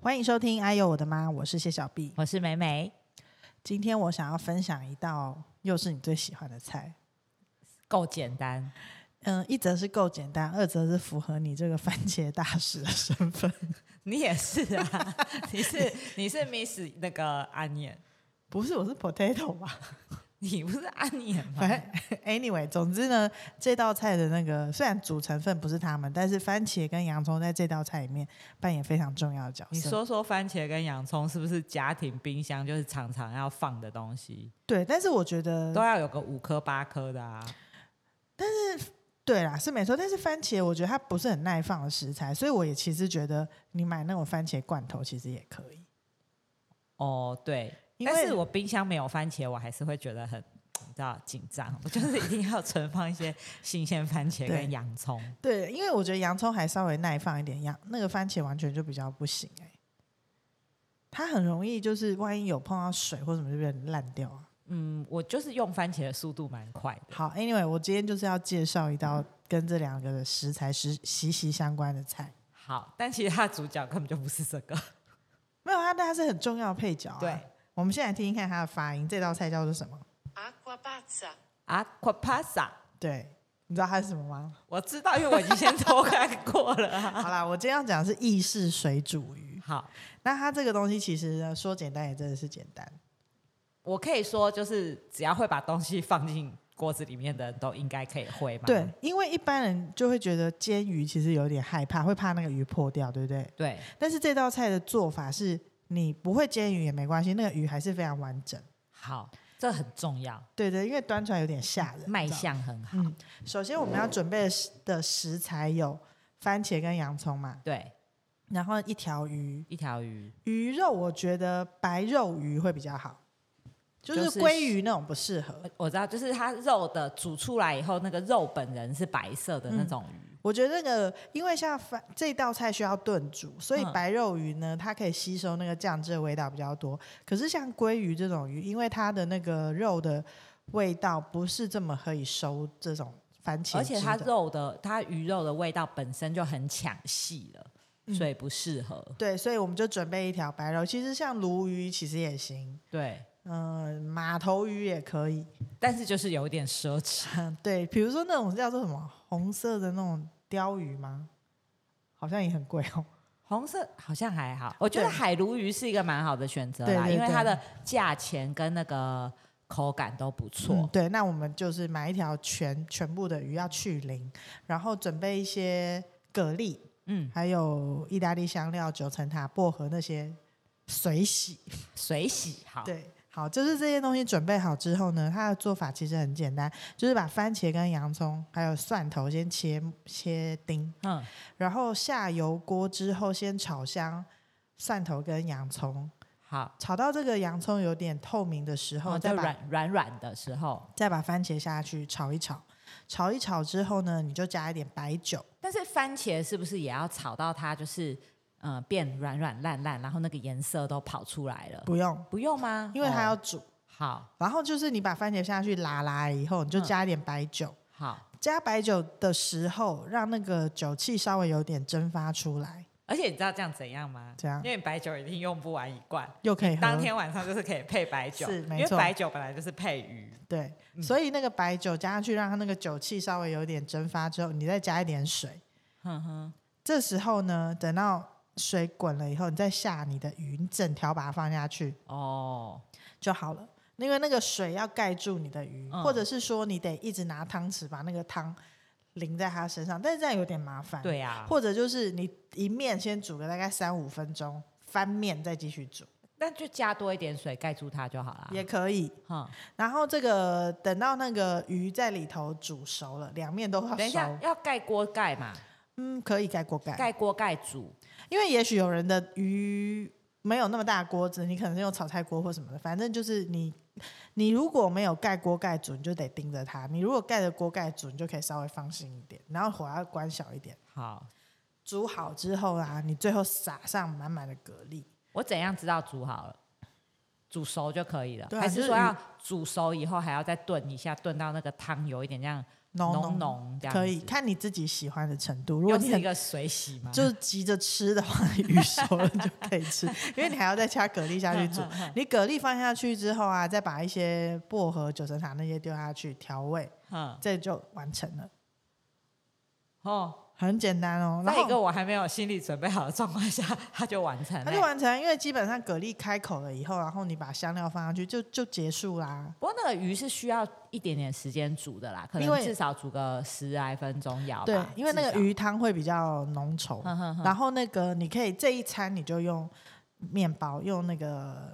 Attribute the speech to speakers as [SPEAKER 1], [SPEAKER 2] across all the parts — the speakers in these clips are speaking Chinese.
[SPEAKER 1] 欢迎收听《哎呦我的妈》，我是谢小 B。
[SPEAKER 2] 我是美美，
[SPEAKER 1] 今天我想要分享一道又是你最喜欢的菜，
[SPEAKER 2] 够简单，
[SPEAKER 1] 嗯，一则是够简单，二则是符合你这个番茄大使的身份。
[SPEAKER 2] 你也是啊， 你是你是 Miss 那个安念，
[SPEAKER 1] 不是，我是 potato 吧？
[SPEAKER 2] 你不是安念吗？
[SPEAKER 1] 反正 anyway，总之呢，这道菜的那个虽然主成分不是他们，但是番茄跟洋葱在这道菜里面扮演非常重要的角色。
[SPEAKER 2] 你说说番茄跟洋葱是不是家庭冰箱就是常常要放的东西，
[SPEAKER 1] 对，但是我觉得
[SPEAKER 2] 都要有个五颗八颗的啊？
[SPEAKER 1] 对啦，是没错，但是番茄我觉得它不是很耐放的食材，所以我也其实觉得你买那种番茄罐头其实也可以，
[SPEAKER 2] 哦，对，
[SPEAKER 1] 因为
[SPEAKER 2] 但是我冰箱没有番茄，我还是会觉得很。你知道紧张， 我就是一定要存放一些新鲜番茄
[SPEAKER 1] 对
[SPEAKER 2] 跟洋 葱。
[SPEAKER 1] 对，因为我觉得洋葱还稍微耐放一点，洋那个番茄完全就比较不行哎、它很容易就是万一有碰到水或什么就被烂掉啊。
[SPEAKER 2] 嗯，我就是用番茄的速度蛮快的。
[SPEAKER 1] 好，Anyway，我今天就是要介绍一道跟这两个的食材是息息相关的菜。
[SPEAKER 2] 好，但其实它的主角根本就不是这个。
[SPEAKER 1] 没有它，啊但它是很重要的配角、啊。
[SPEAKER 2] 对，
[SPEAKER 1] 我们现在听听看它的发音，这道菜叫做什么？
[SPEAKER 3] Acquapazza,
[SPEAKER 2] 啊 Aquapasa，
[SPEAKER 1] 对，你知道它是什么吗？
[SPEAKER 2] 我知道，因为我已经先偷看过了啊、
[SPEAKER 1] 好啦，我今天要讲的是意式水煮鱼。
[SPEAKER 2] 好，
[SPEAKER 1] 那它这个东西其实呢，说简单也真的是简单。
[SPEAKER 2] 我可以说，就是只要会把东西放进锅子里面的人，都应该可以会嘛。
[SPEAKER 1] 对，因为一般人就会觉得煎鱼其实有点害怕，会怕那个鱼破掉，对不对？
[SPEAKER 2] 对，
[SPEAKER 1] 但是这道菜的做法是，你不会煎鱼也没关系，那个鱼还是非常完整。
[SPEAKER 2] 好，这很重要，
[SPEAKER 1] 对对，因为端出来有点吓人。
[SPEAKER 2] 卖
[SPEAKER 1] 你知道吗。
[SPEAKER 2] 相很好。
[SPEAKER 1] 嗯，首先我们要准备的食的食材有番茄跟洋葱嘛，
[SPEAKER 2] 对，
[SPEAKER 1] 然后一条鱼，
[SPEAKER 2] 一条鱼，
[SPEAKER 1] 鱼肉我觉得白肉鱼会比较好，就
[SPEAKER 2] 就是是
[SPEAKER 1] 鲑鱼那种不适合。
[SPEAKER 2] 我我知道，就是它肉的煮出来以后，那个肉本人是白色
[SPEAKER 1] 嗯
[SPEAKER 2] 的那种鱼。
[SPEAKER 1] 我觉得那个，因为像番这道菜需要炖煮，所以
[SPEAKER 2] 嗯
[SPEAKER 1] 白肉鱼呢，它可以吸收那个酱汁的味道比较多。可是像鲑鱼这种鱼，因为它的那个肉的味道不是这么可以收这种番茄
[SPEAKER 2] 而且
[SPEAKER 1] 汁
[SPEAKER 2] 它
[SPEAKER 1] 的
[SPEAKER 2] 肉的，它鱼肉的味道本身就很抢戏了，
[SPEAKER 1] 嗯
[SPEAKER 2] 所以不适合。
[SPEAKER 1] 对，所以我们就准备一条白肉。其实像鲈鱼其实也行，
[SPEAKER 2] 对，
[SPEAKER 1] 嗯，马头鱼也可以。
[SPEAKER 2] 但是就是有一点奢侈。
[SPEAKER 1] 嗯，对，比如说那种叫做什么红色的那种鲷鱼吗？好像也很贵哦。
[SPEAKER 2] 红色好像还好，我觉得
[SPEAKER 1] 对
[SPEAKER 2] 海鲈鱼是一个蛮好的选择啦，
[SPEAKER 1] 对对
[SPEAKER 2] 因为
[SPEAKER 1] 对
[SPEAKER 2] 它的价钱跟那个口感都不错。
[SPEAKER 1] 嗯对，那我们就是买一条全全部的鱼要去鳞，然后准备一些蛤蜊，
[SPEAKER 2] 嗯，
[SPEAKER 1] 还有意大利香料、九层塔、薄荷那些水洗。
[SPEAKER 2] 水洗好，
[SPEAKER 1] 对，好，就是这些东西准备好之后呢，它的做法其实很简单，就是把番茄跟洋葱还有蒜头先切切丁，
[SPEAKER 2] 嗯，
[SPEAKER 1] 然后下油锅之后先炒香蒜头跟洋葱，
[SPEAKER 2] 好。
[SPEAKER 1] 炒到这个洋葱有点透明的时
[SPEAKER 2] 然
[SPEAKER 1] 候，
[SPEAKER 2] 后
[SPEAKER 1] 再
[SPEAKER 2] 在
[SPEAKER 1] 把
[SPEAKER 2] 哦软软软的时候，
[SPEAKER 1] 再把番茄下去炒一炒，炒一炒之后呢，你就加一点白酒。
[SPEAKER 2] 但是番茄是不是也要炒到它就是嗯、呃变软软烂烂，然后那个颜色都跑出来了？
[SPEAKER 1] 不用，
[SPEAKER 2] 不用吗？
[SPEAKER 1] 因为它要
[SPEAKER 2] 哦
[SPEAKER 1] 煮。
[SPEAKER 2] 好
[SPEAKER 1] 然后就是你把番茄下去拉拉以后，你就
[SPEAKER 2] 嗯
[SPEAKER 1] 加一点白酒。
[SPEAKER 2] 好，
[SPEAKER 1] 加白酒的时候，让那个酒气稍微有点蒸发出来，
[SPEAKER 2] 而且你知道这样怎样吗？
[SPEAKER 1] 这样
[SPEAKER 2] 因为你白酒一定用不完一罐，
[SPEAKER 1] 又可以喝。
[SPEAKER 2] 当天晚上就是可以配白酒，
[SPEAKER 1] 是没
[SPEAKER 2] 因为
[SPEAKER 1] 错
[SPEAKER 2] 白酒本来就是配鱼。
[SPEAKER 1] 对，
[SPEAKER 2] 嗯
[SPEAKER 1] 所以那个白酒加上去，让它那个酒气稍微有点蒸发之后，你再加一点水。
[SPEAKER 2] 哼嗯哼，
[SPEAKER 1] 这时候呢，等到水滚了以后，你再下你的鱼，你整条把它放下去。
[SPEAKER 2] 哦，
[SPEAKER 1] 就好了。因为那个水要盖住你的鱼，
[SPEAKER 2] 嗯
[SPEAKER 1] 或者是说你得一直拿汤匙把那个汤淋在它身上，但是这样有点麻烦。，
[SPEAKER 2] 对呀、
[SPEAKER 1] 或者就是你一面先煮个大概三五分钟，翻面再继续煮、
[SPEAKER 2] 那就加多一点水盖住它就好了。
[SPEAKER 1] 也可以。
[SPEAKER 2] 哼，
[SPEAKER 1] 然后这个等到那个鱼在里头煮熟了，两面都要
[SPEAKER 2] 等一下
[SPEAKER 1] 熟，
[SPEAKER 2] 要盖锅盖嘛，
[SPEAKER 1] 嗯，可以盖锅盖，
[SPEAKER 2] 盖锅盖煮。
[SPEAKER 1] 因为也许有人的鱼没有那么大锅子，你可能是用炒菜锅或什么的，反正就是你。你如果没有盖锅盖煮，你就得盯着它；你如果盖着锅盖煮，你就可以稍微放心一点，然后火要关小一点。
[SPEAKER 2] 好，
[SPEAKER 1] 煮好之后啊，你最后撒上满满的蛤蜊，
[SPEAKER 2] 我怎样知道煮好了？煮熟就可以了，
[SPEAKER 1] 对啊
[SPEAKER 2] 还
[SPEAKER 1] 就是是
[SPEAKER 2] 说
[SPEAKER 1] 鱼
[SPEAKER 2] 要煮熟以后还要再炖一下，炖到那个汤有一点这样
[SPEAKER 1] 浓
[SPEAKER 2] 浓
[SPEAKER 1] 浓
[SPEAKER 2] 浓这样子
[SPEAKER 1] 可以，看你自己喜欢的程度。如果
[SPEAKER 2] 又
[SPEAKER 1] 你
[SPEAKER 2] 是一
[SPEAKER 1] 很
[SPEAKER 2] 个水洗嘛，
[SPEAKER 1] 就是急着吃的话，鱼熟了就可以 吃，因为你还要再加蛤蜊下去煮。你蛤蜊放下去之后啊，再把一些薄荷、九层塔那些丢下去调味，
[SPEAKER 2] 嗯
[SPEAKER 1] 这就完成了，
[SPEAKER 2] 哦。
[SPEAKER 1] 很简单哦。然
[SPEAKER 2] 在一个
[SPEAKER 1] 后
[SPEAKER 2] 我还没有心理准备好的状况下， 它就完成
[SPEAKER 1] 它
[SPEAKER 2] 了
[SPEAKER 1] 就。完成，因为基本上蛤蜊开口了以后，然后你把香料放上去就就结束啦。
[SPEAKER 2] 不过那个鱼是需要一点点时间煮的啦，可
[SPEAKER 1] 因
[SPEAKER 2] 能
[SPEAKER 1] 为
[SPEAKER 2] 至少煮个十来分钟要吧。
[SPEAKER 1] 对，因为那
[SPEAKER 2] 至
[SPEAKER 1] 个
[SPEAKER 2] 少，
[SPEAKER 1] 鱼汤会比较浓稠，
[SPEAKER 2] 嗯哼哼哼
[SPEAKER 1] 然后那个你可以这一餐你就用面包，用那个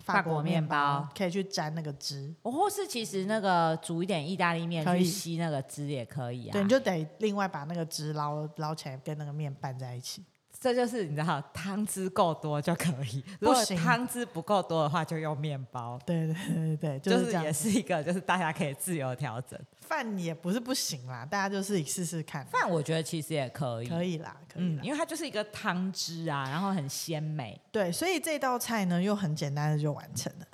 [SPEAKER 2] 法国面包
[SPEAKER 1] 可以去沾那个汁。
[SPEAKER 2] 我哦或是其实那个煮一点意大利面
[SPEAKER 1] 可
[SPEAKER 2] 去
[SPEAKER 1] 以
[SPEAKER 2] 吸那个汁也可以啊。
[SPEAKER 1] 对，你就得另外把那个汁捞捞起来，跟那个面拌在一起。
[SPEAKER 2] 这就是你知道，汤汁够多就可以。
[SPEAKER 1] 不
[SPEAKER 2] 如果
[SPEAKER 1] 行
[SPEAKER 2] 汤汁不够多的话，就用面包。
[SPEAKER 1] 对对对对，对，
[SPEAKER 2] 就
[SPEAKER 1] 就是
[SPEAKER 2] 是
[SPEAKER 1] 这样。
[SPEAKER 2] 也是一个，就是大家可以自由调整。
[SPEAKER 1] 饭也不是不行啦，大家就自己试试看，
[SPEAKER 2] 饭我觉得其实也可以，
[SPEAKER 1] 可以啦，可以
[SPEAKER 2] 嗯
[SPEAKER 1] 啦。，
[SPEAKER 2] 因为它就是一个汤汁啊，然后很鲜美。
[SPEAKER 1] 对，所以这道菜呢又很简单的就完成了，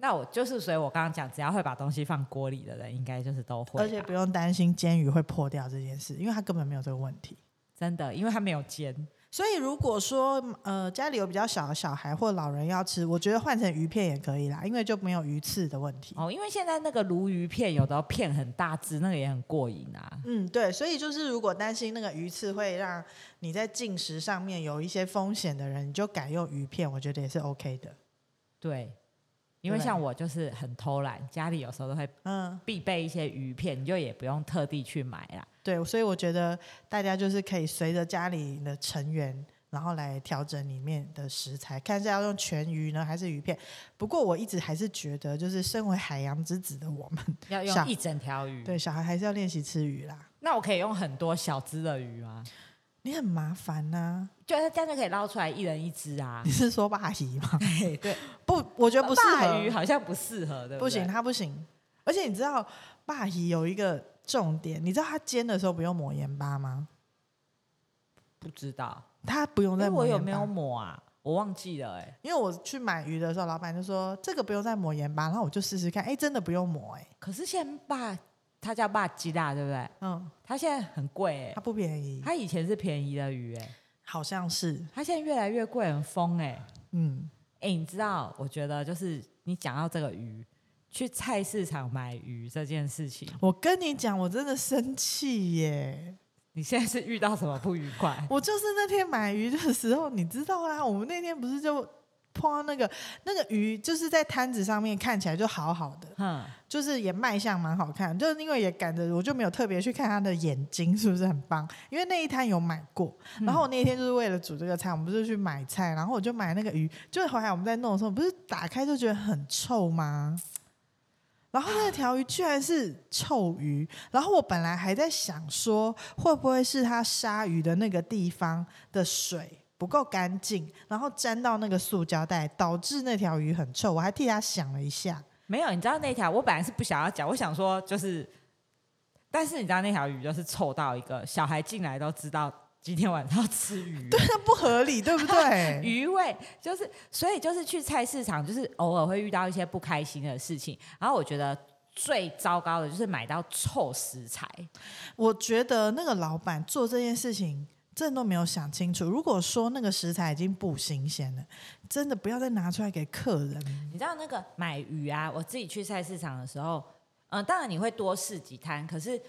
[SPEAKER 2] 那我就是，所以我刚刚讲，只要会把东西放锅里的人，应该就是都会吧。啊
[SPEAKER 1] 而且不用担心煎鱼会破掉这件事，因为它根本没有这个问题。
[SPEAKER 2] 真的，因为它没有煎，
[SPEAKER 1] 所以如果说呃家里有比较小的小孩或老人要吃，我觉得换成鱼片也可以啦，因为就没有鱼刺的问题。
[SPEAKER 2] 哦，因为现在那个鲈鱼片有的片很大只，那个也很过瘾啊。
[SPEAKER 1] 嗯，对，所以就是如果担心那个鱼刺会让你在进食上面有一些风险的人，你就改用鱼片，我觉得也是 OK 的。
[SPEAKER 2] 对，因为
[SPEAKER 1] 对
[SPEAKER 2] 像我就是很偷懒，家里有时候都会
[SPEAKER 1] 嗯，
[SPEAKER 2] 必备一些鱼片，你就也不用特地去买啦。
[SPEAKER 1] 对，所以我觉得大家就是可以随着家里的成员，然后来调整里面的食材，看是要用全鱼呢还是鱼片。不过我一直还是觉得，就是身为海洋之子的我们，
[SPEAKER 2] 要
[SPEAKER 1] 像
[SPEAKER 2] 用一整条鱼。
[SPEAKER 1] 对小孩还是要练习吃鱼啦。
[SPEAKER 2] 那我可以用很多小只的鱼吗？
[SPEAKER 1] 你很麻烦呐、
[SPEAKER 2] 就是这样就可以捞出来一人一只 啊
[SPEAKER 1] 你。是说霸鱼吗？
[SPEAKER 2] 对对，
[SPEAKER 1] 不，我觉得不适
[SPEAKER 2] 大
[SPEAKER 1] 合
[SPEAKER 2] 鱼好像不适合，对
[SPEAKER 1] 不
[SPEAKER 2] 对
[SPEAKER 1] 行，它不行。而且你知道霸鱼有一个重点，你知道它煎的时候不用抹盐巴吗？
[SPEAKER 2] 不知道，
[SPEAKER 1] 它不用
[SPEAKER 2] 哎、
[SPEAKER 1] 再抹
[SPEAKER 2] 我
[SPEAKER 1] 盐巴。
[SPEAKER 2] 有没有抹啊？我忘记了、哎，
[SPEAKER 1] 因为我去买鱼的时候，老板就说这个不用再抹盐巴，然后我就试试看，哎，真的不用抹，哎，
[SPEAKER 2] 可是现在霸，它叫霸鸡啦，对不对？
[SPEAKER 1] 嗯，
[SPEAKER 2] 它现在很贵、哎
[SPEAKER 1] 它不便宜，
[SPEAKER 2] 它以前是便宜的鱼、哎，
[SPEAKER 1] 好像是，
[SPEAKER 2] 它现在越来越贵，很疯、哎。
[SPEAKER 1] 嗯，
[SPEAKER 2] 哎、你知道，我觉得就是你讲到这个鱼，去菜市场买鱼这件事情，
[SPEAKER 1] 我跟你讲，我真的生气耶！？
[SPEAKER 2] 你现在是遇到什么不愉快
[SPEAKER 1] 我就是那天买鱼的时候，你知道啦，我们那天不是就碰到那个那个鱼，就是在摊子上面看起来就好好的，
[SPEAKER 2] 哼，
[SPEAKER 1] 就是也卖相蛮好看，就是因为也赶着，我就没有特别去看他的眼睛是不是很棒，因为那一摊有买过。然后我那一天就是为了煮这个菜，我们不是去买菜，然后我就买那个鱼，就后来我们在弄的时候，不是打开就觉得很臭吗？然后那条鱼居然是臭鱼，然后我本来还在想说，会不会是它杀鱼的那个地方的水不够干净，然后沾到那个塑胶袋，导致那条鱼很臭。我还替它想了一下，
[SPEAKER 2] 没有，你知道那条我本来是不想要讲，我想说就是，但是你知道那条鱼就是臭到一个小孩进来都知道今天晚上要吃鱼，
[SPEAKER 1] 对，那不合理，对不 对？
[SPEAKER 2] 鱼味就是，所以就是去菜市场，就是偶尔会遇到一些不开心的事情，然后我觉得。最糟糕的就是买到臭食材，
[SPEAKER 1] 我觉得那个老板做这件事情真的都没有想清楚。如果说那个食材已经不新鲜了，真的不要再拿出来给客人。
[SPEAKER 2] 你知道那个买鱼啊，我自己去菜市场的时候，嗯、当然你会多试几摊，可是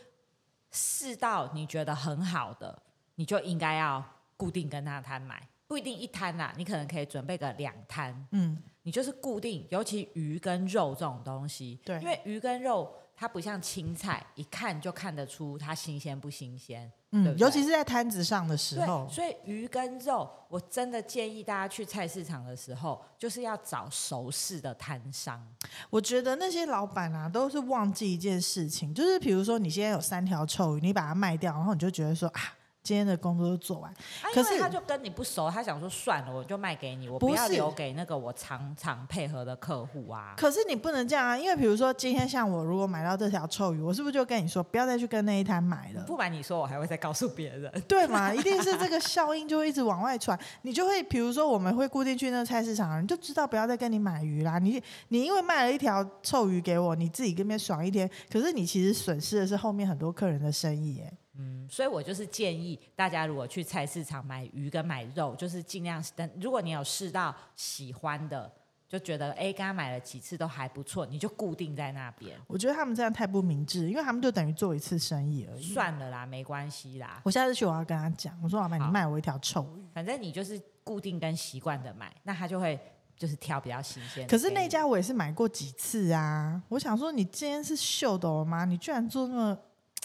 [SPEAKER 2] 试到你觉得很好的，你就应该要固定跟那摊买，不一定一摊啦，你可能可以准备个两摊，
[SPEAKER 1] 嗯，
[SPEAKER 2] 你就是固定，尤其鱼跟肉这种东西，
[SPEAKER 1] 对
[SPEAKER 2] 因为鱼跟肉它不像青菜，一看就看得出它新鲜不新鲜，对
[SPEAKER 1] 嗯，
[SPEAKER 2] 不对
[SPEAKER 1] 尤其是在摊子上的时候
[SPEAKER 2] 对，，所以鱼跟肉，我真的建议大家去菜市场的时候，就是要找熟识的摊商。
[SPEAKER 1] 我觉得那些老板啊都是忘记一件事情，就是比如说你现在有三条臭鱼，你把它卖掉，然后你就觉得说啊。今天的工作就做完。
[SPEAKER 2] 啊，
[SPEAKER 1] 可
[SPEAKER 2] 因为
[SPEAKER 1] 是
[SPEAKER 2] 他就跟你不熟，他想说算了，我就卖给你，我
[SPEAKER 1] 不
[SPEAKER 2] 不要
[SPEAKER 1] 是
[SPEAKER 2] 留给那个我常常配合的客户啊。
[SPEAKER 1] 可是你不能这样啊，因为比如说今天像我如果买到这条臭鱼，我是不是就跟你说不要再去跟那一摊买了？
[SPEAKER 2] 不瞒你说，我还会再告诉别人。
[SPEAKER 1] 对嘛， 一定是这个效应就会一直往外传，你就会比如说我们会固定去那个菜市场，你就知道不要再跟你买鱼啦。你你因为卖了一条臭鱼给我，你自己跟边爽一天，可是你其实损失的是后面很多客人的生意耶。
[SPEAKER 2] 嗯，所以我就是建议大家，如果去菜市场买鱼跟买肉，就是尽量等，如果你有试到喜欢的，就觉得哎，诶刚刚买了几次都还不错，你就固定在那边，
[SPEAKER 1] 我觉得他们这样太不明智，因为他们就等于做一次生意而已。
[SPEAKER 2] 算了啦，没关系啦，
[SPEAKER 1] 我下次去我要跟他讲，我说老板，你
[SPEAKER 2] 好
[SPEAKER 1] 卖我一条臭鱼。
[SPEAKER 2] 反正你就是固定跟习惯的买，那他就会就是挑比较新鲜的给
[SPEAKER 1] 可
[SPEAKER 2] 你。
[SPEAKER 1] 是那家我也是买过几次啊，我想说你今天是秀的哦吗？你居然做那么，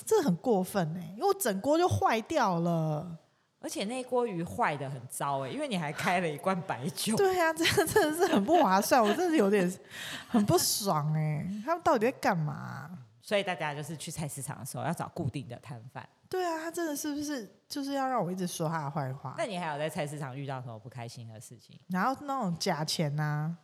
[SPEAKER 1] 这很过分哎、因为我整锅就坏掉了。
[SPEAKER 2] 而且那锅鱼坏的很糟哎、因为你还开了一罐白酒。
[SPEAKER 1] 对啊，这个真的是很不划算，我真的有点很不爽哎、他们到底在干嘛啊、
[SPEAKER 2] 所以大家就是去菜市场的时候要找固定的摊贩。
[SPEAKER 1] 对啊，他真的是不是就是要让我一直说他的坏话？
[SPEAKER 2] 那你还有在菜市场遇到什么不开心的事情？
[SPEAKER 1] 然后那种假钱呐、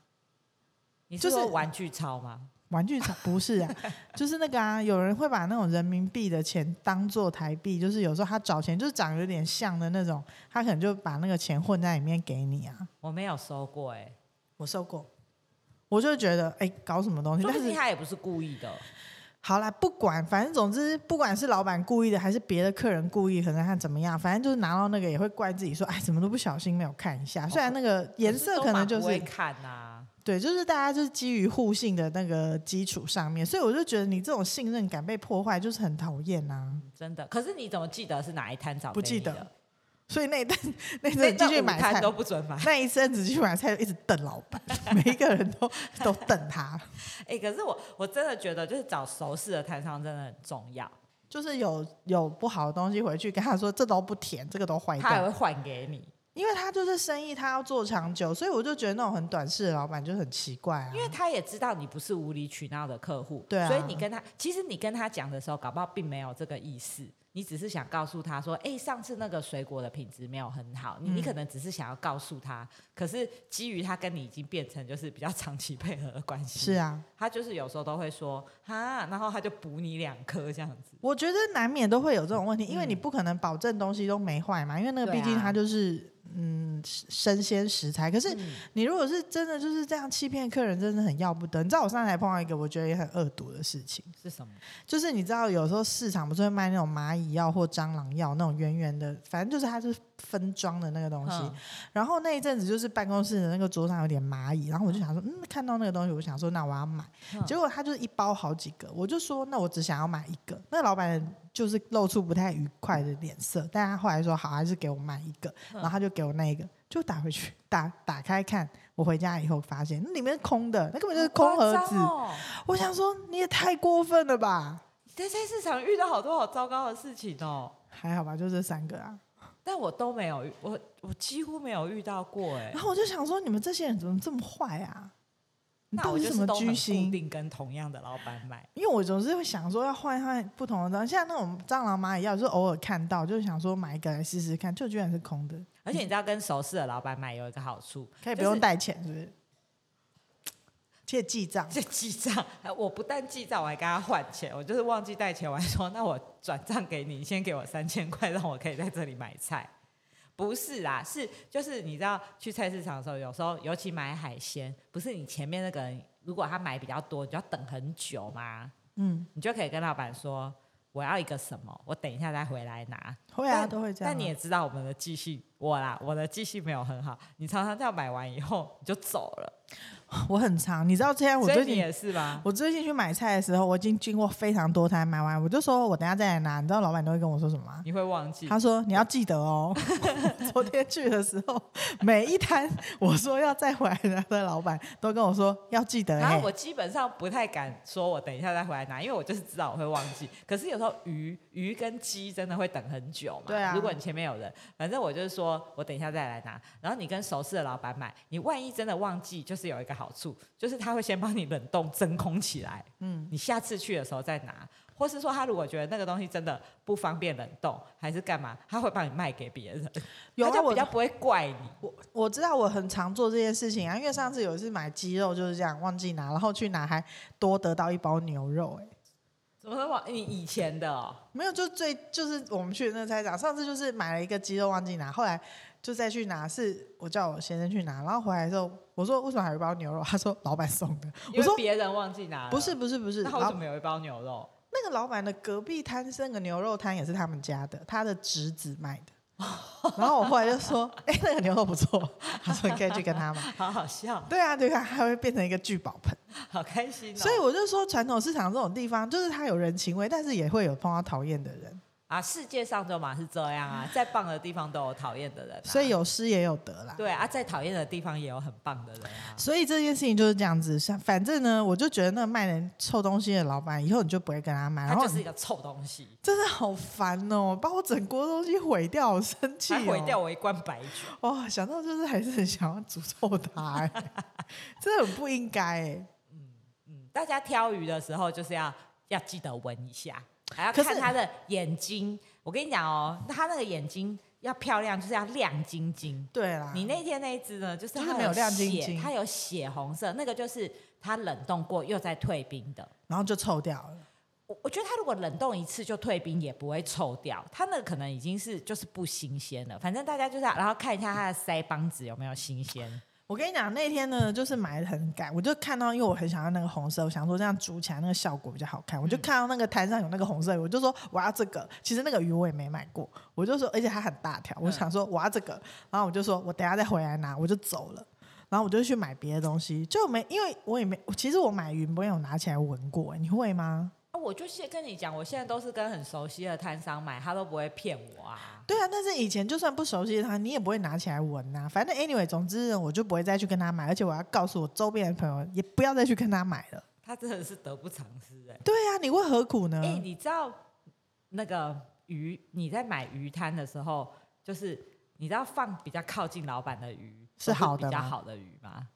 [SPEAKER 2] 你
[SPEAKER 1] 就是是
[SPEAKER 2] 说玩具超吗？
[SPEAKER 1] 玩具厂不是啊，就是那个啊，有人会把那种人民币的钱当做台币，就是有时候他找钱就是长得有点像的那种，他可能就把那个钱混在里面给你啊。
[SPEAKER 2] 我没有收过哎、
[SPEAKER 1] 我收过，我就觉得哎、搞什么东西？
[SPEAKER 2] 说
[SPEAKER 1] 但
[SPEAKER 2] 不定
[SPEAKER 1] 是
[SPEAKER 2] 他也不是故意的。
[SPEAKER 1] 好啦，不管，反正总之，不管是老板故意的，还是别的客人故意，可能他怎么样，反正就是拿到那个也会怪自己说，哎，怎么都不小心没有看一下。虽然那个颜色可能就
[SPEAKER 2] 我哦是都
[SPEAKER 1] 是
[SPEAKER 2] 蛮不会看啊呐、
[SPEAKER 1] 对，就是大家就是基于互信的那个基础上面，所以我就觉得你这种信任感被破坏，就是很讨厌啊。
[SPEAKER 2] 真的。可是你怎么记得是哪一摊找
[SPEAKER 1] 不
[SPEAKER 2] 给你
[SPEAKER 1] 记得
[SPEAKER 2] 的？
[SPEAKER 1] 所以那一顿那一
[SPEAKER 2] 那
[SPEAKER 1] 阵继续
[SPEAKER 2] 那五
[SPEAKER 1] 买
[SPEAKER 2] 摊
[SPEAKER 1] 菜
[SPEAKER 2] 都，不准买。
[SPEAKER 1] 那一阵子去买菜一直瞪老板， 每一个人都都瞪他，
[SPEAKER 2] 哎、可是我我真的觉得就是找熟识的摊商真的很重要，
[SPEAKER 1] 就是有有不好的东西回去跟他说，这都不甜，这个都坏
[SPEAKER 2] 他还
[SPEAKER 1] 掉，
[SPEAKER 2] 会换给你。
[SPEAKER 1] 因为他就是生意，他要做长久，所以我就觉得那种很短视的老板就很奇怪啊
[SPEAKER 2] 因。为他也知道你不是无理取闹的客户，
[SPEAKER 1] 对啊
[SPEAKER 2] 所以你跟他，其实你跟他讲的时候，搞不好并没有这个意思，你只是想告诉他说，哎，上次那个水果的品质没有很好，你、
[SPEAKER 1] 嗯
[SPEAKER 2] 你可能只是想要告诉他，可是基于他跟你已经变成就是比较长期配合的关系，
[SPEAKER 1] 是啊，
[SPEAKER 2] 他就是有时候都会说哈，然后他就补你两颗这样子，
[SPEAKER 1] 我觉得难免都会有这种问题，因为你不可能保证东西都没坏嘛，因为那个
[SPEAKER 2] 嗯对
[SPEAKER 1] 毕
[SPEAKER 2] 啊
[SPEAKER 1] 竟它就是、嗯生鲜食材。可是
[SPEAKER 2] 嗯
[SPEAKER 1] 你如果是真的就是这样欺骗客人，真的很要不得。你知道我上次还碰到一个我觉得也很恶毒的事情，
[SPEAKER 2] 是什么？
[SPEAKER 1] 就是你知道有时候市场不是会卖那种蚂蚁药或蟑螂药那种圆圆的，反正就是它是分装的那个东西。
[SPEAKER 2] 嗯
[SPEAKER 1] 然后那一阵子就是办公室的那个桌上有点蚂蚁，然后我就想说，嗯，看到那个东西，我想说那我要买，
[SPEAKER 2] 嗯
[SPEAKER 1] 结果他就是一包好几个，我就说那我只想要买一个，那老板就是露出不太愉快的脸色，但他后来说好，还是给我买一个，
[SPEAKER 2] 嗯
[SPEAKER 1] 然后他就给我那一个，就打回去打打开看，我回家以后发现嗯那里面是空的，那根本就是空盒
[SPEAKER 2] 好
[SPEAKER 1] 子，
[SPEAKER 2] 夸张哦
[SPEAKER 1] 我想说你也太过分了吧，
[SPEAKER 2] 你在菜市场遇到好多好糟糕的事情哦。
[SPEAKER 1] 还好吧，就这三个啊，
[SPEAKER 2] 但我都没有遇，我我几乎没有遇到过哎、
[SPEAKER 1] 然后我就想说你们这些人怎么这么坏啊？你
[SPEAKER 2] 那
[SPEAKER 1] 到
[SPEAKER 2] 我
[SPEAKER 1] 底
[SPEAKER 2] 就
[SPEAKER 1] 什
[SPEAKER 2] 是
[SPEAKER 1] 么
[SPEAKER 2] 都很
[SPEAKER 1] 居
[SPEAKER 2] 固
[SPEAKER 1] 心？
[SPEAKER 2] 定跟同样的老板买，
[SPEAKER 1] 因为我总是会想说要换换不同的东西，像那种蟑螂、蚂蚁啊药，就是偶尔看到，就是想说买一个来试试看，就居然是空的，
[SPEAKER 2] 而且你知道跟熟识的老板买有一个好处，
[SPEAKER 1] 嗯可以不
[SPEAKER 2] 就是
[SPEAKER 1] 用 带钱，是不是？且记账，
[SPEAKER 2] 这记账，呃我不但记账，我还跟他换钱，我就是忘记带钱，我还说那我转账给你，你先给我三千块，让我可以在这里买菜。不是啦，是就是你知道去菜市场的时候，有时候尤其买海鲜，不是你前面那个人如果他买比较多，你就要等很久嘛，
[SPEAKER 1] 嗯，
[SPEAKER 2] 你就可以跟老板说我要一个什么，我等一下再回来拿。
[SPEAKER 1] 会啊，
[SPEAKER 2] 但
[SPEAKER 1] 都会这样啊。
[SPEAKER 2] 但你也知道我们的记性，我啦，我的记性没有很好。你常常这样买完以后你就走了，
[SPEAKER 1] 我很长，你知道，之前我
[SPEAKER 2] 所
[SPEAKER 1] 最
[SPEAKER 2] 以你
[SPEAKER 1] 近
[SPEAKER 2] 也是吧？
[SPEAKER 1] 我最近去买菜的时候，我已经经过非常多摊买完，我就说我等一下再来拿，你知道老板都会跟我说什么吗？
[SPEAKER 2] 你会忘记。
[SPEAKER 1] 他说：“你要记得哦， 昨天去的时候，每一摊我说要再回来拿的老板都跟我说要记得、欸。
[SPEAKER 2] 然后我基本上不太敢说，我等一下再回来拿，因为我就是知道我会忘记。可是有时候鱼鱼跟鸡真的会等很久嘛。
[SPEAKER 1] 对啊
[SPEAKER 2] 如果你前面有人，反正我就是说我等一下再来拿。然后你跟熟识的老板买，你万一真的忘记，就是有一个好处，就是他会先帮你冷冻真空起来，
[SPEAKER 1] 嗯
[SPEAKER 2] 嗯，你下次去的时候再拿。或是说他如果觉得那个东西真的不方便冷冻，还是干嘛，他会帮你卖给别人，
[SPEAKER 1] 有
[SPEAKER 2] 他
[SPEAKER 1] 啊，
[SPEAKER 2] 就
[SPEAKER 1] 我
[SPEAKER 2] 比较不会怪你。
[SPEAKER 1] 我我知道我很常做这件事情啊，因为上次有一次买鸡肉就是这样忘记拿，然后去拿还多得到一包牛肉、欸，
[SPEAKER 2] 怎么说？你以前的哦，
[SPEAKER 1] 没有，就最就是我们去的那个菜市场，上次就是买了一个鸡肉忘记拿，后来就再去拿，是我叫我先生去拿，然后回来的时候我说为什么还有一包牛肉，他说老板送的，
[SPEAKER 2] 因
[SPEAKER 1] 我
[SPEAKER 2] 为
[SPEAKER 1] 说
[SPEAKER 2] 别人忘记拿了。
[SPEAKER 1] 不是，不是不是，啊
[SPEAKER 2] 那为什
[SPEAKER 1] 老
[SPEAKER 2] 么有一包牛肉？
[SPEAKER 1] 那个老板的隔壁摊是那个牛肉摊也是他们家的，他的侄子卖 的，然后我后来就说哎、那个牛肉不错， 他说你可以去跟他 买，
[SPEAKER 2] 好好笑，
[SPEAKER 1] 对啊对啊，还会变成一个聚宝盆。
[SPEAKER 2] 好开心哦。
[SPEAKER 1] 所以我就说，传统市场这种地方，就是它有人情味，但是也会有碰到讨厌的人，
[SPEAKER 2] 啊，世界上就嘛是这 样啊，再棒的地方都有讨厌的人、啊，
[SPEAKER 1] 所以有失也有得啦。
[SPEAKER 2] 对啊，再讨厌的地方也有很棒的人啊。
[SPEAKER 1] 所以这件事情就是这样子，像反正呢，我就觉得那个卖人臭东西的老板，以后你就不会跟他买，
[SPEAKER 2] 他
[SPEAKER 1] 然后
[SPEAKER 2] 就是一个臭东西，
[SPEAKER 1] 真的好烦哦，把我整锅东西毁掉，好生气、
[SPEAKER 2] 还
[SPEAKER 1] 哦，
[SPEAKER 2] 毁掉我一罐白酒。
[SPEAKER 1] 哇、想到就是还是很想要诅咒他、 哎真的很不应该、哎
[SPEAKER 2] 嗯，大家挑鱼的时候就是要要记得闻一下，还要
[SPEAKER 1] 可是
[SPEAKER 2] 看他的眼睛。我跟你讲哦，他那个眼睛要漂亮，就是要亮晶晶。
[SPEAKER 1] 对啦，
[SPEAKER 2] 你那天那一只呢，啊就是
[SPEAKER 1] 就是
[SPEAKER 2] 它
[SPEAKER 1] 没有亮晶
[SPEAKER 2] 血
[SPEAKER 1] 晶
[SPEAKER 2] 它有血红色，那个就是它冷冻过又在退冰的。
[SPEAKER 1] 然后就臭掉了。
[SPEAKER 2] 我我觉得它如果冷冻一次就退冰，也不会臭掉。它那个可能已经是就是不新鲜了。反正大家就是要，然后看一下它的腮帮子有没有新鲜。
[SPEAKER 1] 我跟你讲，那天呢，就是买的很赶，我就看到，因为我很想要那个红色，我想说这样煮起来那个效果比较好看，我就看到那个摊上有那个红色，我就说我要这个。其实那个鱼我也没买过，我就说，而且它很大条，我想说我要这个，然后我就说我等一下再回来拿，我就走了。然后我就去买别的东西，就没，因为我也没，其实我买鱼没有拿起来闻过，欸你会吗？
[SPEAKER 2] 啊，我就先跟你讲，我现在都是跟很熟悉的摊商买，他都不会骗我啊。
[SPEAKER 1] 对啊，但是以前就算不熟悉它，你也不会拿起来闻呐、反正 anyway，总之我就不会再去跟他买，而且我要告诉我周边的朋友，也不要再去跟他买了。
[SPEAKER 2] 他真的是得不偿失哎、
[SPEAKER 1] 对啊，你会何苦呢？
[SPEAKER 2] 哎、你知道那个鱼，你在买鱼摊的时候，就是你知道放比较靠近老板的鱼
[SPEAKER 1] 是好的
[SPEAKER 2] 比较
[SPEAKER 1] 吗
[SPEAKER 2] 好的鱼吗？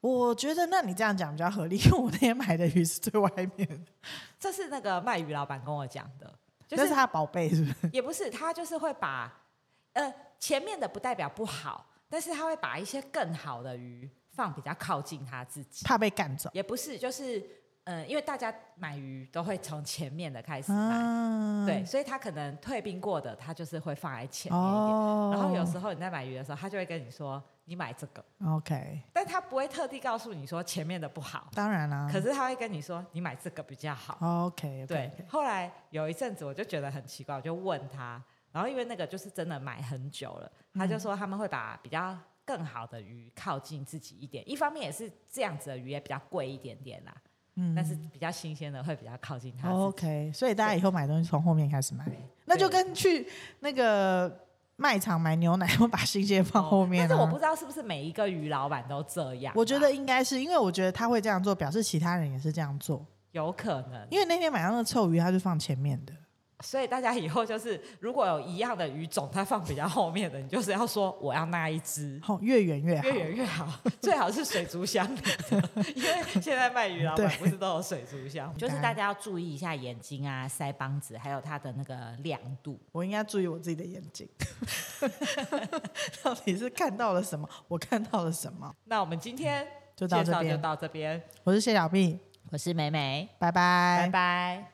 [SPEAKER 1] 我觉得那你这样讲比较合理， 因为我那天买的鱼是最外面的，
[SPEAKER 2] 这是那个卖鱼老板跟我讲的，就
[SPEAKER 1] 那
[SPEAKER 2] 是
[SPEAKER 1] 是他的宝贝，是不是？
[SPEAKER 2] 也不是，他就是会把呃前面的不代表不好，但是他会把一些更好的鱼放比较靠近他自己，
[SPEAKER 1] 怕被赶 走
[SPEAKER 2] 也不是就是呃，因为大家买鱼都会从前面的开始买，
[SPEAKER 1] 啊
[SPEAKER 2] 对，，所以他可能退冰过的，他就是会放在前面一点。
[SPEAKER 1] 哦，
[SPEAKER 2] 然后有时候你在买鱼的时候，他就会跟你说你买这个，
[SPEAKER 1] 哦 OK，
[SPEAKER 2] 但他不会特地告诉你说前面的不好，
[SPEAKER 1] 当然啦、
[SPEAKER 2] 可是他会跟你说你买这个比较好。
[SPEAKER 1] 哦 OK，
[SPEAKER 2] 对，后来有一阵子我就觉得很奇怪，我就问他，然后因为那个就是真的买很久了，他
[SPEAKER 1] 嗯
[SPEAKER 2] 就说他们会把比较更好的鱼靠近自己一点，一方面也是这样子的鱼也比较贵一点点啦，
[SPEAKER 1] 嗯
[SPEAKER 2] 但是比较新鲜的会比较靠近他自己。
[SPEAKER 1] OK，所以大家以后买东西从后面开始买，那就跟去那个卖场买牛奶，我把新鲜放后面、啊
[SPEAKER 2] 哦但是我不知道是不是每一个鱼老板都这样啊，
[SPEAKER 1] 我觉得应该是因为我觉得他会这样做，表示其他人也是这样做。
[SPEAKER 2] 有可能，
[SPEAKER 1] 因为那天买到那个臭鱼，他就放前面的。
[SPEAKER 2] 所以大家以后就是如果有一样的鱼种，它放比较后面的，你就是要说我要那一只。
[SPEAKER 1] 好，越远越好。
[SPEAKER 2] 越远 越好，最好是水族箱里的，因为现在卖鱼老板
[SPEAKER 1] 对
[SPEAKER 2] 不是都有水族箱，就是
[SPEAKER 1] 当然
[SPEAKER 2] 大家要注意一下眼睛啊、腮帮子，还有它的那个亮度。
[SPEAKER 1] 我应该注意我自己的眼睛， 到底是看到了什么？我看到了什么？
[SPEAKER 2] 那我们今天
[SPEAKER 1] 就到
[SPEAKER 2] 介
[SPEAKER 1] 这
[SPEAKER 2] 绍就
[SPEAKER 1] 边。
[SPEAKER 2] 到这边，
[SPEAKER 1] 我是谢小碧，
[SPEAKER 2] 我是美美，
[SPEAKER 1] 拜拜
[SPEAKER 2] 拜拜